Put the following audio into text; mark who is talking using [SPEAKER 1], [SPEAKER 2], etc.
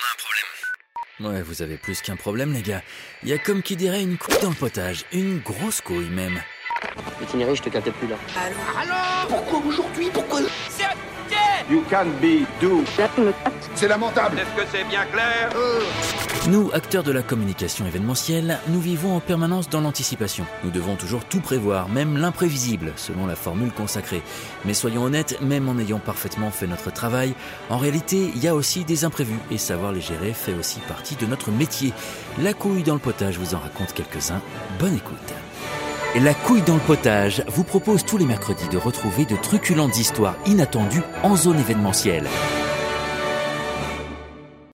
[SPEAKER 1] un problème.
[SPEAKER 2] Ouais, vous avez plus qu'un problème, les gars. Il y a comme qui dirait une couille dans le potage, une grosse couille même.
[SPEAKER 3] Itinéraire, je te captais plus là.
[SPEAKER 4] You can be do.
[SPEAKER 5] C'est lamentable.
[SPEAKER 4] Est-ce que c'est bien clair
[SPEAKER 2] Nous, acteurs de la communication événementielle, nous vivons en permanence dans l'anticipation. Nous devons toujours tout prévoir, même l'imprévisible, selon la formule consacrée. Mais soyons honnêtes, même en ayant parfaitement fait notre travail, en réalité, il y a aussi des imprévus, et savoir les gérer fait aussi partie de notre métier. La couille dans le potage vous en raconte quelques-uns. Bonne écoute. La couille dans le potage vous propose tous les mercredis de retrouver de truculentes histoires inattendues en zone événementielle.